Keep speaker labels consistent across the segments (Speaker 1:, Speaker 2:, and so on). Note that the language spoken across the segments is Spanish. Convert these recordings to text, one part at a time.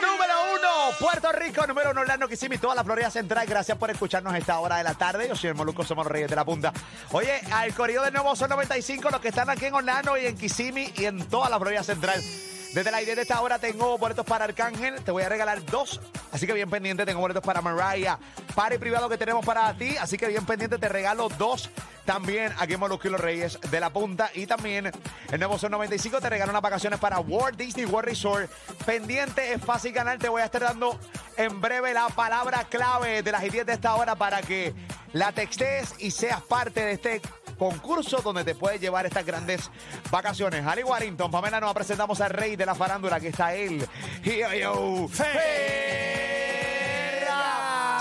Speaker 1: Número uno, Puerto Rico, número uno, Orlando, Kissimmee, toda la Florida Central. Gracias por escucharnos a esta hora de la tarde. Yo soy el Molusco, somos los Reyes de la Punta. Oye, al Corrido del Nuevo Sol 95, los que están aquí en Orlando y en Kissimmee y en toda la Florida Central. Desde la idea de esta hora tengo boletos para Arcángel, te voy a regalar dos, así que bien pendiente, tengo boletos para Mariah, party privado que tenemos para ti, así que bien pendiente, te regalo dos también aquí en Molusco y los Reyes de la Punta y también el Nuevo Sol 95 te regala unas vacaciones para Walt Disney World Resort. Pendiente, es fácil ganar, te voy a estar dando en breve la palabra clave de las 10 de esta hora para que la textees y seas parte de este concurso donde te puedes llevar estas grandes vacaciones. Ali Warrington, Pamela, nos presentamos al rey de la farándula, que está él. Yo, yo, Ferra.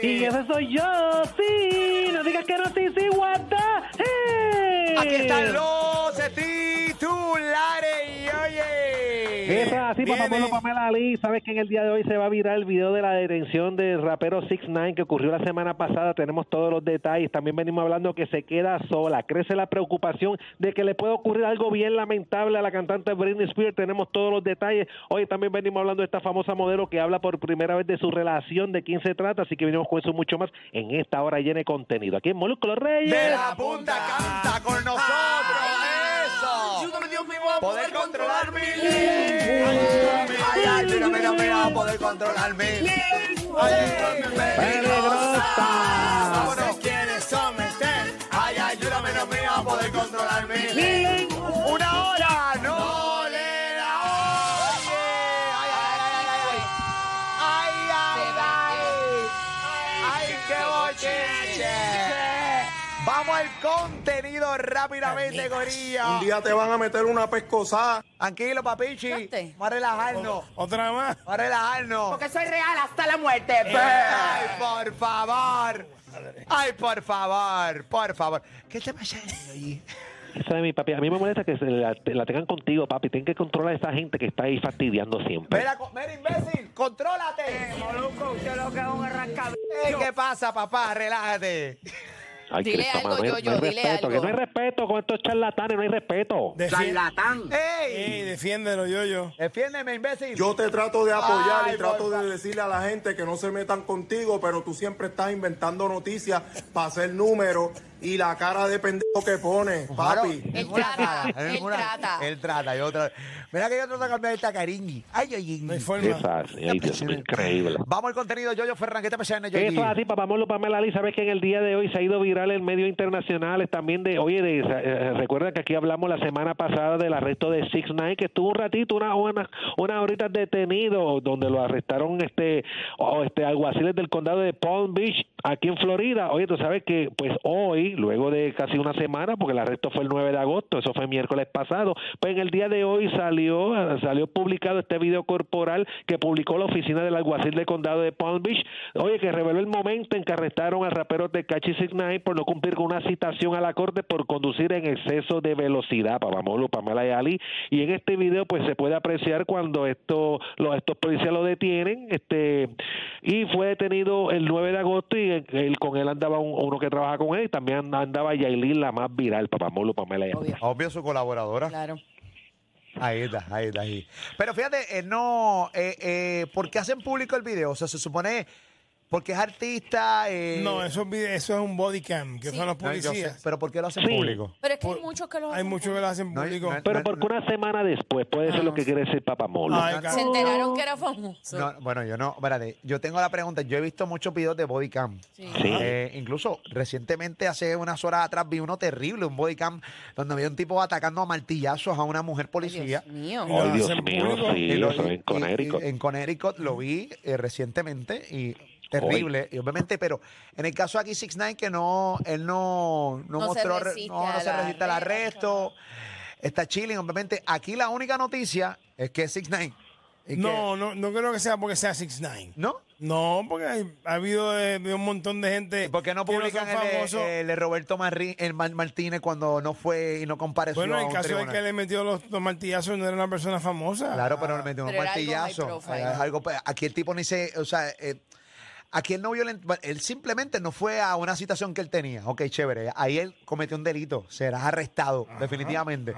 Speaker 1: Yeye.
Speaker 2: Y ese soy yo, sí. No digas que no, sí, sí, guata. ¡Eh!
Speaker 1: Aquí están los titulares. Oye.
Speaker 2: Eso es así, papá Pablo Pamela Ali. Sabes que en el día de hoy se va a virar el video de la detención del rapero 6ix9ine que ocurrió la semana pasada. Tenemos todos los detalles. También venimos hablando que se queda sola. Crece la preocupación de que le puede ocurrir algo bien lamentable a la cantante Britney Spears. Tenemos todos los detalles. Hoy también venimos hablando de esta famosa modelo que habla por primera vez de su relación, de quién se trata. Así que venimos con eso mucho más en esta hora llena de contenido. Aquí en Molusco los Reyes.
Speaker 1: De la punta canta con nosotros. Eso. Poder controlar mi lengua. Ay, ay, mira, mira, mira. Poder controlar mi lengua.
Speaker 2: Peligrosa.
Speaker 1: Peligrosa. No quieres someter. este? Ay, ayúdame, no me va a poder controlar mi lengua. Una hora. No le da. Oye. Ay, ay, ay, ay, ay. Ay, ay, ay. Ay, qué bochiche. Vamos al contenido rápidamente, Gorilla.
Speaker 3: Un día te van a meter una pescosada.
Speaker 1: Tranquilo, papichi.
Speaker 4: Suerte.
Speaker 1: Vamos a relajarnos.
Speaker 3: Otra más.
Speaker 1: Vamos a relajarnos. Eh,
Speaker 4: Porque soy real hasta la muerte.
Speaker 1: Ay, por favor. Ay, por favor, por favor. ¿Qué te pasa, Yoyi?
Speaker 2: Eso de mi papi. A mí me molesta que se la, te- la tengan contigo, papi. Tienen que controlar a esa gente que está ahí fastidiando siempre.
Speaker 1: Mira, co- mira, imbécil, contrólate.
Speaker 4: Yo Eh, lo que hago es un arrancabicho.
Speaker 1: Ey, ¿Qué pasa, papá? Relájate.
Speaker 2: Ay,
Speaker 4: Dile
Speaker 2: Cristo,
Speaker 4: algo,
Speaker 2: mano, no hay-
Speaker 4: Yoyo,
Speaker 2: no hay
Speaker 4: dile
Speaker 2: respeto,
Speaker 4: algo.
Speaker 2: que no hay respeto con estos charlatanes, no hay respeto.
Speaker 4: Charlatán.
Speaker 1: Ey,
Speaker 5: Ey, defiéndelo, yo, yo.
Speaker 1: defiéndeme, imbécil.
Speaker 3: Yo te trato de apoyar
Speaker 1: Ay,
Speaker 3: y trato
Speaker 1: por
Speaker 3: de
Speaker 1: fa-
Speaker 3: decirle a la gente que no se metan contigo, pero tú siempre estás inventando noticias para hacer números y la cara de pendejo que pones,
Speaker 1: Claro, Eh,
Speaker 3: papi.
Speaker 4: Él
Speaker 1: ninguna
Speaker 4: trata,
Speaker 1: cara,
Speaker 4: él
Speaker 1: ninguna-
Speaker 4: trata.
Speaker 1: Él trata, yo tra- Mira que yo trato de cambiar esta cariñi. Ay, Yoyin.
Speaker 5: No hay forma.
Speaker 2: Esa, ay, Dios mío, increíble.
Speaker 1: Vamos al contenido, Yoyo Ferran. ¿Qué te pasa, Yoyin?
Speaker 2: Eso es así, papá Molo, Pamela Lee, sabes que en el día de hoy se ha ido viral en medios internacionales también de, oye, de, eh, recuerda que aquí hablamos la semana pasada del arresto de Six Nine que estuvo un ratito, una, una, una horita detenido, donde lo arrestaron este, o este alguaciles del condado de Palm Beach, aquí en Florida. Oye, tú sabes que, pues hoy, luego de casi una semana, porque el arresto fue el 9 de agosto, eso fue miércoles pasado, pues en el día de hoy salió, salió publicado este video corporal que publicó la oficina del alguacil del condado de Palm Beach, oye, que reveló el momento en que arrestaron al rapero de Cachi Signay por no cumplir con una citación a la corte por conducir en exceso de velocidad, Papamolo, Pamela y Ali, y en este video pues se puede apreciar cuando esto, los, estos policías lo detienen, este, y fue detenido el 9 de agosto y el- el- con él andaba un- uno que trabaja con él, y también andaba Yailin, la más viral, Papamolo, Pamela y Ali.
Speaker 4: Obvio,
Speaker 1: Obvio su colaboradora.
Speaker 4: claro.
Speaker 1: Ahí está, ahí está. Ahí. Pero fíjate, eh, no, eh, eh, ¿por qué hacen público el video? O sea, se supone, Porque es artista. eh,
Speaker 5: No, eso, es vide- eso es un body cam, que
Speaker 6: Sí.
Speaker 5: son los
Speaker 1: no, yo sé,
Speaker 5: policías.
Speaker 1: pero ¿por qué lo hacen
Speaker 2: Sí.
Speaker 1: público?
Speaker 6: Pero es que hay
Speaker 5: Por-
Speaker 6: muchos que lo
Speaker 5: Hay
Speaker 6: hacen
Speaker 5: muchos que lo hacen
Speaker 1: No,
Speaker 5: público.
Speaker 1: no, no.
Speaker 2: Pero porque una semana después puede ser lo que quiere decir papá Molo.
Speaker 5: Ay,
Speaker 6: Se
Speaker 5: cara.
Speaker 6: enteraron que era famoso.
Speaker 1: No, bueno, yo no, espérate, yo tengo la pregunta, yo he visto muchos videos de bodycam.
Speaker 2: Sí.
Speaker 1: Eh, incluso recientemente, hace unas horas atrás, vi uno terrible, un bodycam, donde había un tipo atacando a martillazos a una mujer policía.
Speaker 6: Dios mío.
Speaker 5: Y lo
Speaker 2: Ay, Dios
Speaker 5: hacen
Speaker 2: mío,
Speaker 5: público.
Speaker 2: sí.
Speaker 1: Y lo-
Speaker 2: eso es en
Speaker 1: y-
Speaker 2: Connecticut.
Speaker 1: y- en Connecticut lo vi eh, recientemente y terrible, y obviamente, pero en el caso de aquí 6ix9ine que no, él no, no,
Speaker 6: No se
Speaker 1: mostró, re-
Speaker 6: resiste
Speaker 1: no, no
Speaker 6: al
Speaker 1: se resiste al arresto,
Speaker 6: arresto.
Speaker 1: está chilling, obviamente. Aquí la única noticia es que es 6ix9ine. y que-
Speaker 5: No, no, no creo que sea porque sea 6ix9ine.
Speaker 1: ¿No?
Speaker 5: No, porque hay- ha habido de, de un montón de gente.
Speaker 1: ¿Y por qué no
Speaker 5: que
Speaker 1: publican
Speaker 5: son
Speaker 1: el, eh,
Speaker 5: famosos.
Speaker 1: de- el de Roberto Marri- el Mar- Martínez cuando no fue y no compareció
Speaker 5: Bueno,
Speaker 1: a
Speaker 5: en
Speaker 1: un
Speaker 5: el caso de
Speaker 1: tribunal?
Speaker 5: que le metió los, los martillazos no era una persona famosa.
Speaker 1: Claro, pero le metió un
Speaker 6: Ah, Pero era algo high
Speaker 1: martillazo.
Speaker 6: profile.
Speaker 1: Eh, algo pe- aquí el tipo ni se... O sea, eh, aquí él no violentó... Él simplemente no fue a una situación que él tenía. Ok, chévere. Ahí él cometió un delito. Serás arrestado, definitivamente.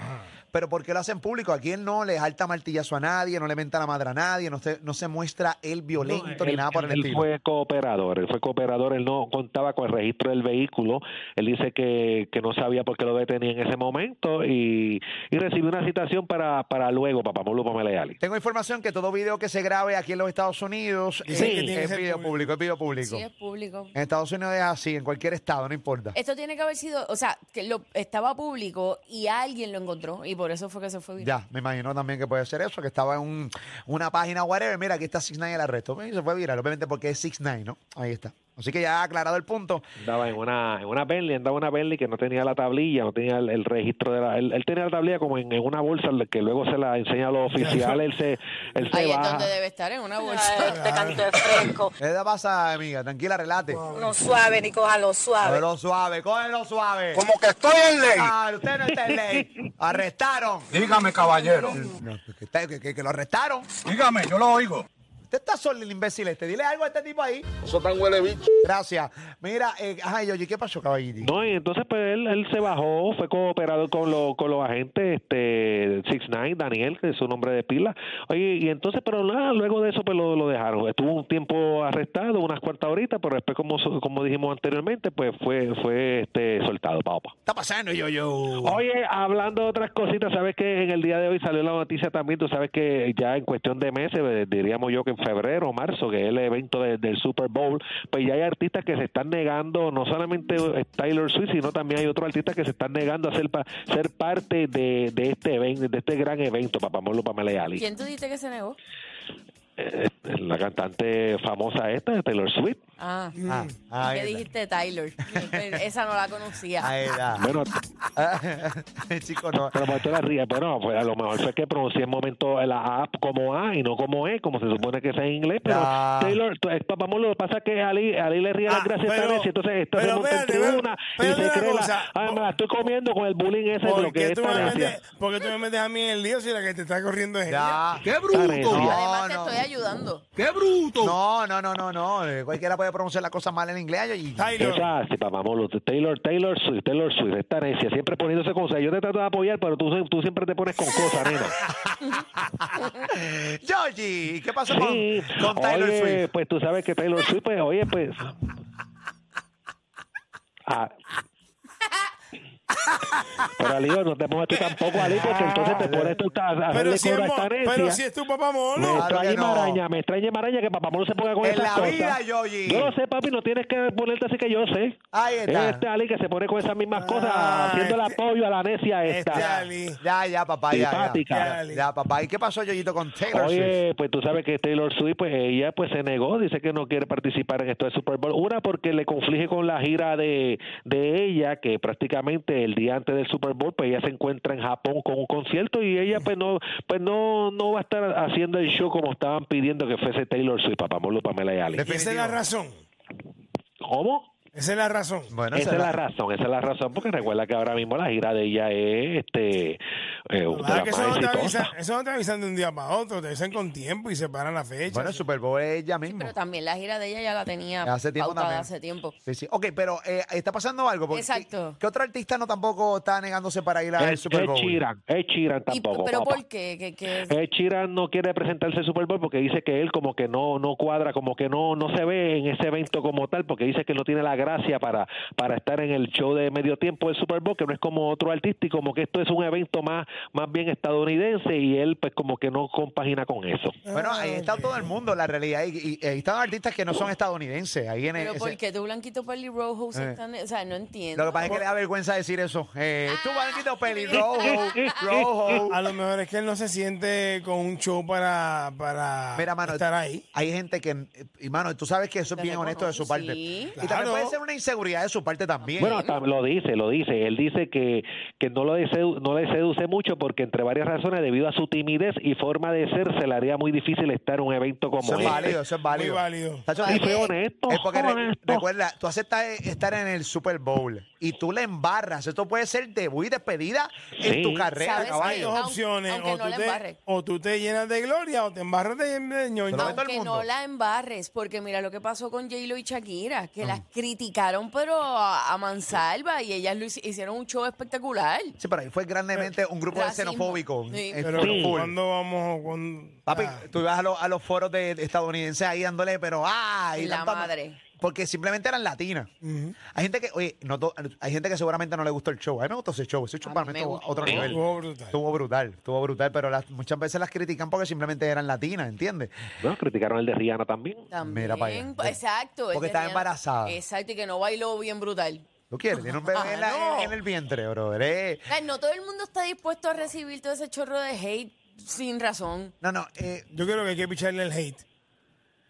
Speaker 1: Pero ¿por qué lo hacen público? Aquí él no le jalta martillazo a nadie, no le menta la madre a nadie, no se, no se muestra él violento ni
Speaker 2: Él-
Speaker 1: nada por el
Speaker 2: él
Speaker 1: estilo.
Speaker 2: fue cooperador, él fue cooperador, él no contaba con el registro del vehículo, él dice que, que no sabía por qué lo detenía en ese momento y, y recibió una citación para, para luego, papá Molo Pamela y Ali.
Speaker 1: Tengo información que todo video que se grabe aquí en los Estados Unidos
Speaker 5: Dicen
Speaker 1: eh,
Speaker 5: que tiene que
Speaker 1: es
Speaker 5: ser
Speaker 1: video público,
Speaker 5: público.
Speaker 1: es video público.
Speaker 6: Sí, es público.
Speaker 1: En Estados Unidos es así, en cualquier estado, no importa.
Speaker 6: Esto tiene que haber sido, o sea, que lo estaba público y alguien lo encontró y por eso fue que se fue viral.
Speaker 1: Ya, me imagino también que puede ser eso, que estaba en un- una página whatever. Mira, aquí está 6ix9ine el arresto. Y se fue viral, obviamente porque es 6ix9ine, ¿no? Ahí está. Así que ya ha aclarado el punto.
Speaker 2: Andaba en una, en una Bentley, andaba en una Bentley que no tenía la tablilla, no tenía el, el registro de la, él, él tenía la tablilla como en, en una bolsa que luego se la enseña a los oficiales, él se, él se
Speaker 6: Ahí es
Speaker 2: baja.
Speaker 6: donde debe estar, en una bolsa.
Speaker 4: Te canto de fresco.
Speaker 1: ¿Qué te pasa, amiga? Tranquila, relate.
Speaker 4: No suave, ni cójalo suave.
Speaker 1: Cógelo suave, cógelo suave.
Speaker 7: Como que estoy en ley.
Speaker 1: Ah, usted no está en ley. Arrestaron.
Speaker 7: Dígame, caballero.
Speaker 1: No,
Speaker 5: pues,
Speaker 1: que, está- que- que- que lo arrestaron.
Speaker 7: Dígame, yo lo oigo.
Speaker 1: Usted está solo el imbécil este. Dile algo a este tipo ahí.
Speaker 7: Eso tan huele bicho.
Speaker 1: Gracias. Mira, eh, ay, oye, ¿qué pasó, caballito?
Speaker 2: No, y entonces pues él, él se bajó, fue cooperado con, los con los agentes, este, Six Nine, Daniel, que es su nombre de pila. Oye, y entonces, pero nada, luego de eso pues lo, lo dejaron. Estuvo un tiempo arrestado, unas cuantas horitas, pero después, como, so- como dijimos anteriormente, pues fue, fue este, soltado, papá.
Speaker 1: está pasando, yo, yo?
Speaker 2: Oye, hablando de otras cositas, sabes que en el día de hoy salió la noticia también, tú sabes que ya en cuestión de meses, eh, diríamos yo que en febrero o marzo, que es el evento de- del Super Bowl, pues ya hay artistas que se están negando, no solamente eh, Taylor Swift, sino también hay otros artistas que se están negando a ser, pa- ser parte de, de este evento, de este gran evento, Papá Molo, Pamela y Ali.
Speaker 6: ¿Quién tú dijiste que se negó?
Speaker 2: Eh, eh, la cantante famosa esta, Taylor Swift.
Speaker 6: Ah,
Speaker 2: Mm.
Speaker 1: Ah, ahí
Speaker 6: ¿qué
Speaker 1: está.
Speaker 6: dijiste Tyler? Esa no la conocía.
Speaker 1: Ahí está.
Speaker 2: Bueno,
Speaker 1: Chico, no.
Speaker 2: Pero por qué la ríes, bueno, pues a lo mejor fue que pronuncié en momento la A como A y no como E, como se supone que es en inglés, pero
Speaker 1: Ah.
Speaker 2: Taylor, t- eh, papá Molo, lo que pasa es que Ali, Ali le ríe
Speaker 5: Ah,
Speaker 2: las gracias
Speaker 5: pero-
Speaker 2: esta vez y entonces esto se
Speaker 5: pero
Speaker 2: monta en
Speaker 5: espérate, pero-
Speaker 2: tribuna y
Speaker 5: pero
Speaker 2: se
Speaker 5: una
Speaker 2: cree la-
Speaker 5: cosa,
Speaker 2: Ay, me la estoy comiendo con el bullying ese de
Speaker 5: ¿Por
Speaker 2: lo que
Speaker 5: qué
Speaker 2: es
Speaker 5: tú, me
Speaker 2: Tanasia.
Speaker 5: metes, por qué tú me metes a mí en el lío si la que te está corriendo es ella?
Speaker 1: Ya.
Speaker 7: ¡Qué
Speaker 2: bruto!
Speaker 6: Además te
Speaker 1: no.
Speaker 6: estoy ayudando.
Speaker 7: ¡Qué bruto!
Speaker 1: No, no, no, no, no. Eh, Cualquiera puede pronunciar las cosas mal en inglés. yo- y-
Speaker 5: Taylor.
Speaker 2: Esa, sí, papá Molo, Taylor, Taylor Swift, Taylor Swift, esta necia, siempre poniéndose cosas. Yo te trato de apoyar, pero tú, tú siempre te pones con cosas, nena.
Speaker 1: Georgie, ¿qué pasó con,
Speaker 2: Sí,
Speaker 1: con Taylor
Speaker 2: oye,
Speaker 1: Swift?
Speaker 2: pues tú sabes que Taylor Swift, pues, oye, pues... Ah. Pero Alío, no te pongas tú tampoco, Ali, porque entonces te pones tú a a
Speaker 5: Pero
Speaker 2: hacerle
Speaker 5: si, es
Speaker 2: coro a
Speaker 5: mo-
Speaker 2: esta
Speaker 5: pero
Speaker 2: necia.
Speaker 5: si es tu papá mono.
Speaker 2: Me
Speaker 1: Claro
Speaker 2: extraña
Speaker 1: que no.
Speaker 2: maraña, me extraña maraña que papá Molo se ponga con
Speaker 1: En
Speaker 2: esas
Speaker 1: la
Speaker 2: cosas.
Speaker 1: vida, Yoyi.
Speaker 2: Yo lo sé, papi, no tienes que ponerte así que yo sé.
Speaker 1: Ahí está.
Speaker 2: Es este Ali que se pone con esas mismas cosas,
Speaker 5: Ah,
Speaker 2: haciendo el
Speaker 5: este-
Speaker 2: apoyo a la necia esta.
Speaker 5: este Ali.
Speaker 1: Ya, ya, papá, ya, ya.
Speaker 2: Simpática.
Speaker 1: Ya, ya, papá. ¿Y qué pasó, Yoyito, con Taylor Swift?
Speaker 2: Oye, pues tú sabes que Taylor Swift, pues ella pues se negó, dice que no quiere participar en esto de Super Bowl. Una, porque le conflige con la gira de, de ella, que prácticamente el día antes del Super Bowl, pues ella se encuentra en Japón con un concierto y ella pues no pues no no va a estar haciendo el show como estaban pidiendo que fuese Taylor Swift, papá Molo, Pamela y Ali.
Speaker 1: Defi-
Speaker 5: Esa es la razón.
Speaker 2: ¿Cómo?
Speaker 5: Esa es la razón.
Speaker 1: Bueno,
Speaker 2: esa es
Speaker 1: será.
Speaker 2: la razón, esa es la razón, porque recuerda que ahora mismo la gira de ella es este eh, de
Speaker 5: Ah,
Speaker 2: las
Speaker 5: que
Speaker 2: más
Speaker 5: eso, no te
Speaker 2: exitosas.
Speaker 5: avisa- eso no te avisan de un día para otro, te avisan con tiempo y separan la fecha.
Speaker 1: Bueno, el Super Bowl es ella misma.
Speaker 6: Pero también la gira de ella ya la tenía
Speaker 1: Hace tiempo
Speaker 6: pautada
Speaker 1: también.
Speaker 6: hace tiempo.
Speaker 1: Sí, sí. Ok, pero eh, está pasando algo. Porque
Speaker 6: Exacto.
Speaker 1: ¿qué, qué otro artista no tampoco está negándose para ir al
Speaker 2: Es,
Speaker 1: Super Bowl?
Speaker 2: Chiran, es Chiran
Speaker 6: Y-
Speaker 2: tampoco.
Speaker 6: ¿Pero
Speaker 2: papá.
Speaker 6: por qué? ¿Qué- qué-
Speaker 1: Eh,
Speaker 2: Ed Sheeran Eh, no quiere presentarse al Super Bowl porque dice que él como que no no cuadra, como que no no se ve en ese evento como tal, porque dice que no tiene la gracia para para estar en el show de medio tiempo del Super Bowl, que no es como otro artista y como que esto es un evento más más bien estadounidense y él pues como que no compagina con eso.
Speaker 1: Bueno, ahí está todo el mundo, la realidad. Y, y- ahí están artistas que no son estadounidenses. Ahí en
Speaker 6: ¿Pero
Speaker 1: ese-
Speaker 6: por qué tu blanquito pelirrojo
Speaker 1: Eh.
Speaker 6: se están...? O sea, no entiendo.
Speaker 1: Lo que pasa es que le da vergüenza decir eso. Eh, tú,
Speaker 6: Ah.
Speaker 1: maldito pelirrojo, rojo.
Speaker 5: A lo mejor es que él no se siente con un show para, para
Speaker 1: Mira, mano,
Speaker 5: estar ahí.
Speaker 1: hay gente que, eh, y mano, tú sabes que eso es
Speaker 6: Te
Speaker 1: bien honesto de su parte.
Speaker 6: reconoce, sí.
Speaker 1: Y también
Speaker 5: Claro.
Speaker 1: puede ser una inseguridad de su parte también.
Speaker 2: Bueno, hasta lo dice, lo dice. Él dice que, que no, lo deseu- no le seduce mucho porque, entre varias razones, debido a su timidez y forma de ser, se le haría muy difícil estar en un evento como
Speaker 1: eso es
Speaker 2: este.
Speaker 1: válido, eso es válido.
Speaker 5: Muy válido.
Speaker 1: Tacho,
Speaker 2: Y fue
Speaker 1: eh,
Speaker 2: honesto,
Speaker 1: es porque re-
Speaker 2: honesto.
Speaker 1: recuerda, tú aceptas eh, estar en el Super Bowl y tú le embarras. Esto puede ser debut y despedida en
Speaker 2: Sí.
Speaker 1: tu carrera,
Speaker 5: Hay
Speaker 6: ¿Sabes qué?
Speaker 1: caballo.
Speaker 5: dos
Speaker 6: Aunque-
Speaker 5: opciones.
Speaker 6: aunque
Speaker 5: o,
Speaker 6: no
Speaker 5: tú
Speaker 6: la
Speaker 5: te,
Speaker 6: embarre.
Speaker 5: o tú te llenas de gloria o te embarras de, de
Speaker 1: Pero-
Speaker 5: ñoño.
Speaker 1: todo el
Speaker 6: Aunque
Speaker 1: mundo.
Speaker 6: no la embarres, porque mira lo que pasó con J-Lo y Shakira,
Speaker 1: Mm.
Speaker 6: que las criticaron pero a, a mansalva y ellas lo hici- hicieron un show espectacular.
Speaker 1: Sí, pero ahí fue grandemente un grupo
Speaker 6: Racismo.
Speaker 1: de xenofóbicos.
Speaker 6: Sí.
Speaker 1: eh,
Speaker 5: Pero
Speaker 1: full, full.
Speaker 5: ¿cuándo vamos? cuándo-
Speaker 1: Papi,
Speaker 5: Ah.
Speaker 1: tú ibas a, los- a los foros de, de estadounidenses ahí dándole, pero ¡ah! y
Speaker 6: La
Speaker 1: tanto-
Speaker 6: madre.
Speaker 1: Porque simplemente eran latinas. Hay gente que, oye, no to- hay gente que seguramente no le gustó el show. A mí me gustó ese show. Ese show
Speaker 6: A
Speaker 1: para
Speaker 6: mí
Speaker 1: mí
Speaker 6: me
Speaker 1: estuvo a
Speaker 6: gustó.
Speaker 1: otro nivel.
Speaker 5: Estuvo brutal.
Speaker 1: Estuvo brutal, estuvo brutal, pero las- muchas veces las critican porque simplemente eran latinas, ¿entiendes?
Speaker 2: Bueno, criticaron el de Rihanna también.
Speaker 6: También.
Speaker 1: Mira pa' allá.
Speaker 6: Exacto.
Speaker 1: Porque
Speaker 6: ella
Speaker 1: estaba
Speaker 6: tenía-
Speaker 1: embarazada.
Speaker 6: Exacto, y que no bailó bien brutal.
Speaker 1: ¿Tú quieres? Tiene un bebé en, la-
Speaker 6: Ah, no.
Speaker 1: en el vientre, brother. eh.
Speaker 6: O sea, no todo el mundo está dispuesto a recibir todo ese chorro de hate sin razón.
Speaker 1: No, no, eh,
Speaker 5: Yo creo que hay que picharle el hate.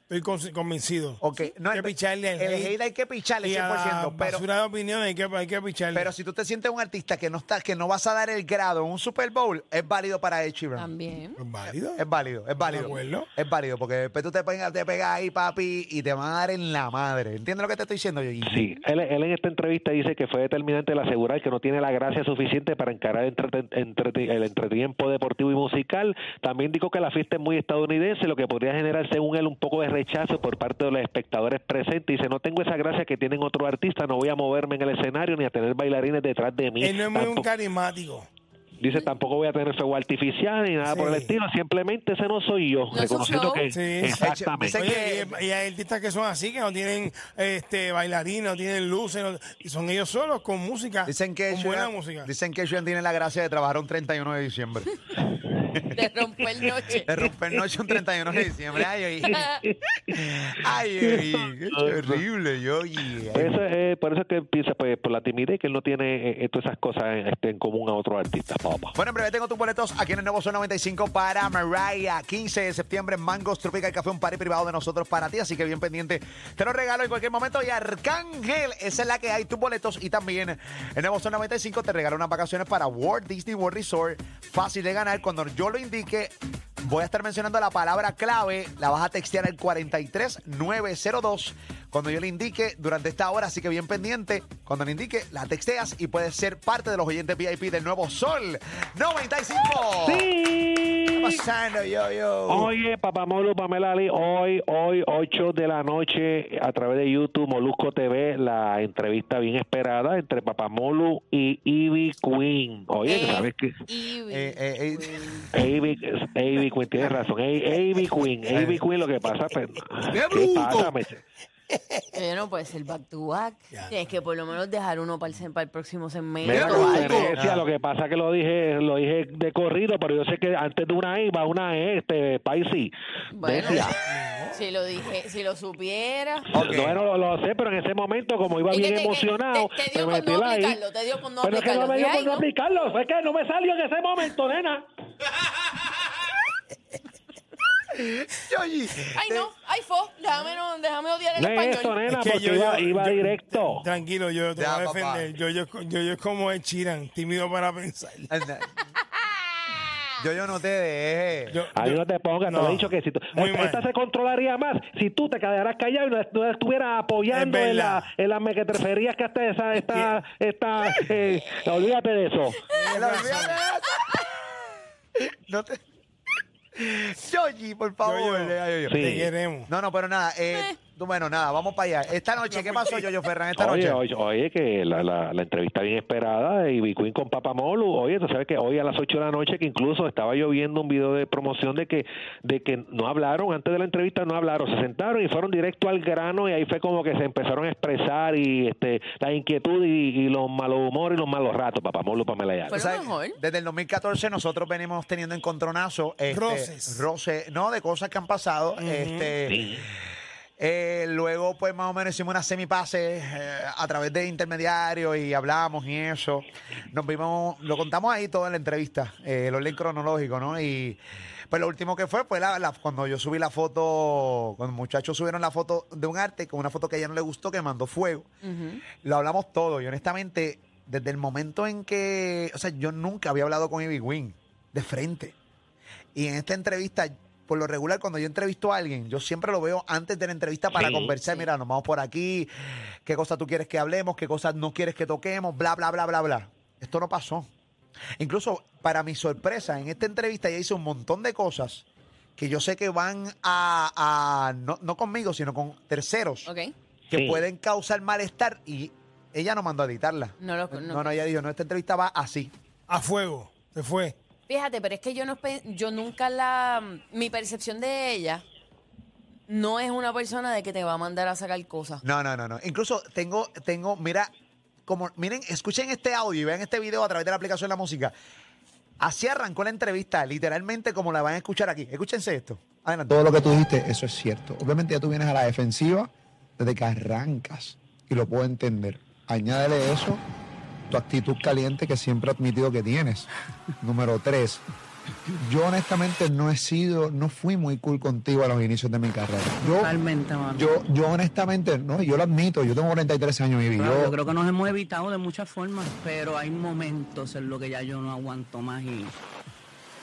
Speaker 5: Estoy con- convencido.
Speaker 1: ok. No, eh,
Speaker 5: hay que picharle el,
Speaker 1: el hate hay que picharle
Speaker 5: y a
Speaker 1: 100%, pero...
Speaker 5: basura de opinión hay que, hay que picharle.
Speaker 1: Pero si tú te sientes un artista que no está, que no vas a dar el grado en un Super Bowl, es válido para Ed Sheeran.
Speaker 6: También.
Speaker 5: ¿Es válido?
Speaker 1: Es válido, es válido.
Speaker 5: acuerdo.
Speaker 1: Es válido, porque después tú te pegas, te pegas ahí, papi, y te van a dar en la madre. ¿Entiendes lo que te estoy diciendo, yo?
Speaker 2: Sí, él, él en esta entrevista dice que fue determinante el asegurar que no tiene la gracia suficiente para encarar entrete- entrete- el entretiempo deportivo y musical. También dijo que la fiesta es muy estadounidense, lo que podría generar, según él, un poco de rechazo por parte de los espectadores presentes. Dice, no tengo esa gracia que tienen otros artistas, no voy a moverme en el escenario ni a tener bailarines detrás de mí.
Speaker 5: Él no es muy un
Speaker 2: Tampoco-
Speaker 5: carismático.
Speaker 2: dice, tampoco voy a tener fuego artificial ni nada por el
Speaker 5: Sí.
Speaker 2: estilo, simplemente ese no soy yo.
Speaker 6: es su
Speaker 2: reconociendo
Speaker 6: flow.
Speaker 2: que...
Speaker 5: Sí, sí.
Speaker 2: exactamente.
Speaker 1: Sé
Speaker 5: Oye,
Speaker 1: Este que-
Speaker 5: y, y hay artistas que son así, que no tienen este, bailarinas, no tienen luces, no- y son ellos solos con música.
Speaker 1: Dicen que,
Speaker 5: con buena
Speaker 1: Sheeran-
Speaker 5: música.
Speaker 1: dicen que Sheeran tiene la gracia de trabajar un 31 de diciembre.
Speaker 6: De romper noche.
Speaker 1: De romper noche un 31 de diciembre. Ay, oye. Ay, oye. Qué horrible, yo, oye.
Speaker 2: Eso es, eh, por eso es que él piensa pues, por la timidez que él no tiene eh, eh, todas esas cosas eh, este, en común a otros artistas, papá.
Speaker 1: Bueno, en breve tengo tus boletos aquí en el Nuevo Sol 95 para Mariah. 15 de septiembre, Mangos Tropical Café, un party privado de nosotros para ti, así que bien pendiente. Te lo regalo en cualquier momento. Y Arcángel, esa es la que hay, tus boletos. Y también en el Nuevo Sol 95 te regalo unas vacaciones para Walt Disney World Resort. Fácil de ganar. Cuando yo lo indique, voy a estar mencionando la palabra clave. La vas a textear al 43902. Cuando yo le indique durante esta hora, así que bien pendiente. Cuando le indique, la texteas y puedes ser parte de los oyentes VIP del nuevo Sol 95. ¿Qué está pasando, yo, yo?
Speaker 2: Oye, Papá Molo, Pamela Ali, hoy, hoy, 8 de la noche, a través de YouTube, Molusco TV, la entrevista bien esperada entre Papá Molo y Ivy Queen. Oye,
Speaker 6: Eh,
Speaker 2: ¿sabes qué?
Speaker 6: y- pues,
Speaker 1: Eh, eh, eh.
Speaker 2: Ivy, Ivy Queen, tienes razón. Ivy Ivy Queen, Ivy Queen, lo que pasa, pues, ¿qué pasa, meche?
Speaker 6: Oye, no puede ser pues back to back. Tienes que por lo menos dejar uno para el, para el próximo semestre.
Speaker 2: Mira,
Speaker 6: o algo. Ah.
Speaker 2: competencia, lo que pasa que lo dije, lo dije de corrido, pero yo sé que antes de una I va una E, este, Paisy.
Speaker 6: Bueno,
Speaker 2: Decía.
Speaker 6: si lo dije, si lo supiera.
Speaker 1: Ok.
Speaker 2: No, no, lo, lo sé, pero en ese momento, como iba
Speaker 6: Es que
Speaker 2: bien
Speaker 6: te- que-
Speaker 2: emocionado,
Speaker 6: te- te dio
Speaker 2: me
Speaker 6: por
Speaker 2: metí
Speaker 6: no
Speaker 2: la I.
Speaker 6: aplicarlo, te dio por no
Speaker 2: Pero es que no
Speaker 6: aplicarlo.
Speaker 2: me dio
Speaker 6: Ay,
Speaker 2: por no
Speaker 6: ¿no?
Speaker 2: aplicarlo, fue que no me salió en ese momento, nena.
Speaker 1: Yoyi,
Speaker 6: Ay, no, ay, fo, déjame, no, déjame odiar el
Speaker 2: No es esto,
Speaker 6: español.
Speaker 2: nena,
Speaker 5: Es que
Speaker 2: porque
Speaker 5: yo-
Speaker 2: iba,
Speaker 5: yo-
Speaker 2: iba
Speaker 5: yo-
Speaker 2: directo.
Speaker 5: Tranquilo, yo te
Speaker 1: Ya,
Speaker 5: voy a
Speaker 1: papá.
Speaker 5: defender. Yo, yo, yo, yo es como el Chiran, tímido para pensar.
Speaker 1: anda. Yo, yo no te deje.
Speaker 5: Yo-
Speaker 2: Ahí
Speaker 5: yo-
Speaker 2: no te pongas, te
Speaker 5: No.
Speaker 2: lo he dicho que si tú,
Speaker 5: Muy
Speaker 2: esta,
Speaker 5: mal.
Speaker 2: esta se controlaría más si tú te quedaras callado y no, no estuvieras apoyando
Speaker 5: Es
Speaker 2: en, la,
Speaker 5: verdad.
Speaker 2: en las mequetreferías que hasta esa, esta, esta, eh, olvídate de eso.
Speaker 1: Él, olvídate de eso. No te... Yoyi, por favor.
Speaker 5: Yoyo,
Speaker 1: Ay, Yoyo.
Speaker 5: Te queremos.
Speaker 1: No, no, pero nada. eh, tú- Bueno, nada, vamos para allá. Esta noche, ¿qué pasó, Yoyo Ferran, esta
Speaker 2: Oye,
Speaker 1: noche?
Speaker 2: oye, oye, que la, la, la entrevista bien esperada de Ivy Queen con Papamolu. Oye, tú sabes que hoy a las 8 de la noche, que incluso estaba yo viendo un video de promoción de que de que no hablaron, antes de la entrevista no hablaron, se sentaron y fueron directo al grano y ahí fue como que se empezaron a expresar y este la inquietud y, y los malos humores y los malos ratos, Papamolu, Pamela Ayala.
Speaker 6: Fue
Speaker 1: O sea,
Speaker 6: lo mejor.
Speaker 1: Desde el 2014 nosotros venimos teniendo encontronazos. Este,
Speaker 5: Roces.
Speaker 1: roces, no, de cosas que han pasado. este, eh, luego, pues más o menos hicimos unas semipases eh, a través de intermediarios y hablamos y eso. Nos vimos, lo contamos ahí todo en la entrevista, eh, el orden cronológico, ¿no? Y pues lo último que fue, pues la- la- cuando yo subí la foto, cuando muchachos subieron la foto de un arte con una foto que a ella no le gustó, que mandó fuego lo hablamos todo y honestamente desde el momento en que o sea yo nunca había hablado con Ivy Wynn de frente y en esta entrevista por lo regular cuando yo entrevisto a alguien yo siempre lo veo antes de la entrevista para conversar mira nos vamos por aquí qué cosas tú quieres que hablemos qué cosas no quieres que toquemos bla bla bla bla bla esto no pasó incluso para mi sorpresa en esta entrevista ella hizo un montón de cosas que yo sé que van a, a- no, no conmigo sino con terceros
Speaker 6: Ok.
Speaker 1: que
Speaker 2: Sí.
Speaker 1: pueden causar malestar y ella no mandó a editarla.
Speaker 6: No lo-
Speaker 1: no,
Speaker 6: no.
Speaker 1: no, ella dijo, no, esta entrevista va así.
Speaker 5: A fuego. Se fue.
Speaker 6: Fíjate, pero es que yo no pe- yo nunca la mi percepción de ella no es una persona de que te va a mandar a sacar cosas.
Speaker 1: No, no, no, no. Incluso tengo, tengo, mira, como, miren, escuchen este audio y vean este video a través de la aplicación de la música. Así arrancó la entrevista, literalmente como la van a escuchar aquí. Escúchense esto. Adelante.
Speaker 8: Todo lo que tú dijiste, eso es cierto. Obviamente ya tú vienes a la defensiva desde que arrancas y lo puedo entender. Añádele eso, tu actitud caliente que siempre he admitido que tienes. Número tres, yo honestamente no he sido, no fui muy cool contigo a los inicios de mi carrera. Yo,
Speaker 9: Totalmente, mano.
Speaker 8: yo, yo honestamente, no, yo lo admito, yo tengo 43 años y
Speaker 9: Claro, yo
Speaker 8: yo,
Speaker 9: creo que nos hemos evitado de muchas formas, pero hay momentos en los que ya yo no aguanto más y,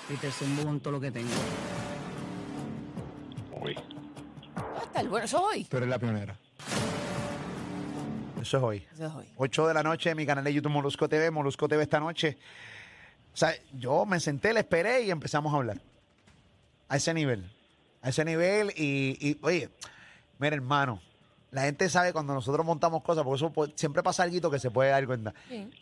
Speaker 9: y te zumbo con todo lo que tengo.
Speaker 6: Va a estar bueno, eso es hoy.
Speaker 8: tú eres la pionera.
Speaker 1: Eso es hoy.
Speaker 6: Eso es hoy.
Speaker 1: 8 de la noche, mi canal de YouTube Molusco TV, Molusco TV esta noche. O sea, yo me senté, le esperé y empezamos a hablar. A ese nivel. A ese nivel y, y, oye, mira hermano, la gente sabe cuando nosotros montamos cosas, porque eso puede- siempre pasa algo que se puede dar cuenta.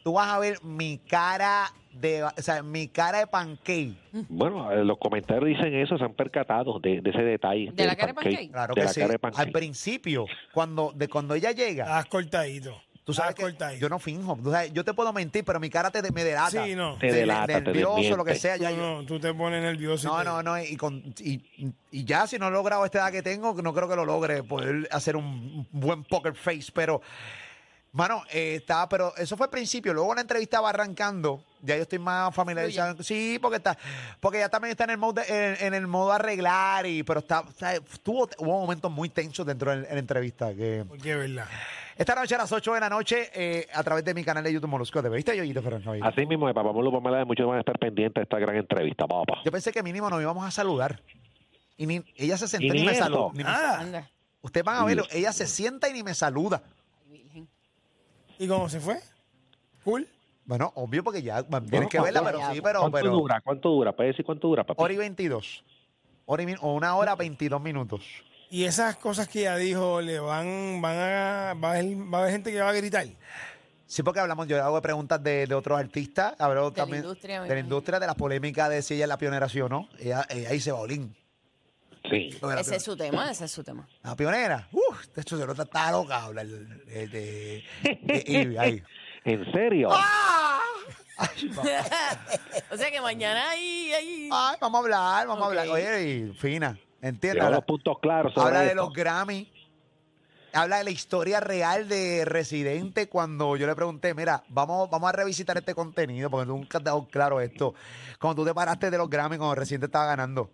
Speaker 1: Tú vas a ver mi cara de, o sea, mi cara de pancake.
Speaker 2: Bueno, eh, los comentarios dicen eso, se han percatado de, de ese detalle.
Speaker 6: ¿De la
Speaker 2: del
Speaker 6: cara de pancake?
Speaker 1: Claro
Speaker 2: de
Speaker 1: que
Speaker 2: la
Speaker 1: sí.
Speaker 2: cara de
Speaker 1: Al
Speaker 2: pancake.
Speaker 1: principio, cuando, de cuando ella llega,
Speaker 5: Has cortadito.
Speaker 1: Tú sabes
Speaker 5: Haz
Speaker 1: que
Speaker 5: cortadito.
Speaker 1: yo no finjo. Tú sabes, yo te puedo mentir, pero mi cara te de- me delata.
Speaker 5: Sí, no.
Speaker 2: Te
Speaker 1: De-
Speaker 2: delata, te
Speaker 1: nervioso, lo que
Speaker 2: desmiente.
Speaker 1: sea.
Speaker 5: Tú
Speaker 1: ya yo-
Speaker 5: no, tú te pones nervioso. y
Speaker 1: no,
Speaker 5: te-
Speaker 1: no, no. Y, con- y- y ya si no he logrado esta edad que tengo, no creo que lo logre poder hacer un buen poker face. Pero, mano, eh, estaba, pero eso fue al principio. Luego la entrevista va arrancando. Ya yo estoy más familiarizado. Sí, porque está, porque ya también está en el modo, de- en, en el modo arreglar y, pero está, está- estuvo- hubo momentos muy tensos dentro de la entrevista que.
Speaker 5: Porque es verdad.
Speaker 1: Esta noche a las 8 de la noche eh, a través de mi canal de YouTube Molusco. ¿Te viste, Yoyito Ferran? Oye,
Speaker 2: Así mismo, de Papá Molo Pamela, de muchos van a estar pendientes de esta gran entrevista, papá.
Speaker 1: Yo pensé que mínimo nos íbamos a saludar. Y ni, ella se sentó y
Speaker 2: Y
Speaker 1: ni
Speaker 2: ni
Speaker 1: me
Speaker 2: eso.
Speaker 1: saludó. Ni me-
Speaker 5: Nada.
Speaker 6: Anda,
Speaker 1: Ustedes van a verlo. Ella se sienta y ni me saluda.
Speaker 6: virgen.
Speaker 5: ¿Y cómo se fue? Cool.
Speaker 1: Bueno, obvio porque ya bueno, tienes
Speaker 2: Bueno,
Speaker 1: que verla,
Speaker 2: ¿cuánto-
Speaker 1: pero sí, pero...
Speaker 2: ¿Cuánto
Speaker 1: pero
Speaker 2: dura? ¿Cuánto dura? ¿Puedes decir cuánto dura, papá?
Speaker 1: hora y 22. Hora y min- o una hora 22 minutos.
Speaker 5: Y esas cosas que ya dijo, le van, van a, va a, haber, va a haber gente que va a gritar.
Speaker 1: Sí, porque hablamos, yo hago preguntas de, de otros artistas, hablo
Speaker 6: la
Speaker 1: también
Speaker 6: industria,
Speaker 1: de
Speaker 6: me
Speaker 1: la
Speaker 6: imagino.
Speaker 1: industria, de las polémicas de si ella es la pionera sí o no. Ella, ella dice, Baulín.
Speaker 2: Sí.
Speaker 1: lo de la
Speaker 6: Ese es su tema, ese es su tema.
Speaker 1: La pionera. Uf, de hecho se nota está loca hablar de, de, de- de Ivy ahí.
Speaker 2: ¿En serio?
Speaker 1: Ah, Ay, vamos,
Speaker 6: o sea que mañana ahí, ahí.
Speaker 1: ay, vamos a hablar, vamos a hablar.
Speaker 6: Ok.
Speaker 1: Oye, y fina, entiende.
Speaker 2: Lleva
Speaker 1: Habla,
Speaker 2: los puntos claros sobre
Speaker 1: habla de
Speaker 2: esto.
Speaker 1: los Grammy. Habla de la historia real de Residente cuando yo le pregunté, mira, vamos, vamos a revisitar este contenido porque nunca has dado claro esto. Cuando tú te paraste de los Grammy cuando Residente estaba ganando.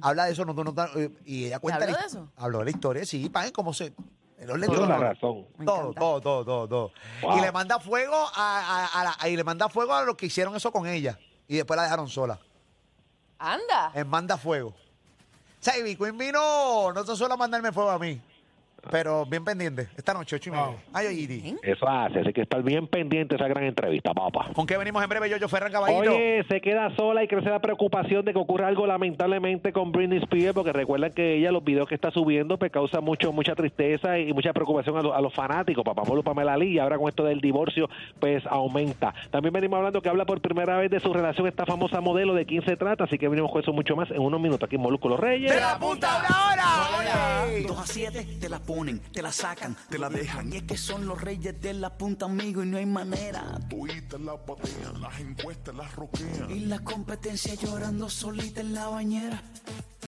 Speaker 1: Habla de eso, no, tú no, eh, y ella cuenta.
Speaker 6: Mm.
Speaker 1: la
Speaker 6: habló de
Speaker 1: his-
Speaker 6: eso?
Speaker 1: Habló de la historia, sí, pa, ¿eh? cómo se... el orden
Speaker 2: Toda la
Speaker 1: cronológico.
Speaker 2: razón.
Speaker 6: Me
Speaker 1: Todo,
Speaker 6: encanta.
Speaker 1: todo, todo, todo, todo.
Speaker 2: Wow.
Speaker 1: Y le manda fuego a, a- a la- y le manda fuego a los que hicieron eso con ella. Y después la dejaron sola.
Speaker 6: Anda.
Speaker 1: En manda fuego. O sea, Ivy Queen vino, no se suele mandarme fuego a mí. Pero bien pendiente, esta noche, ocho y media. Ay, ay, Iri.
Speaker 2: Eso hace, así que estar bien pendiente de esa gran entrevista, papá.
Speaker 1: ¿Con qué venimos en breve, Yoyo Ferran Caballito?
Speaker 2: Oye, se queda sola y crece la preocupación de que ocurra algo lamentablemente con Britney Spears, porque recuerdan que ella los videos que está subiendo pues causa mucho mucha tristeza y mucha preocupación a, los- a los fanáticos, papá Pablo Pamela Lee, y ahora con esto del divorcio pues aumenta. También venimos hablando que habla por primera vez de su relación esta famosa modelo de quién se trata, así que venimos con eso mucho más en unos minutos aquí en Molúsculos Reyes.
Speaker 8: Dos a siete te la ponen, te la sacan, te la dejan. Y es que son los reyes de la punta, amigo, y no hay manera.
Speaker 10: Twitter las batean, las encuestas las roquean.
Speaker 8: Y la competencia llorando solita en la bañera.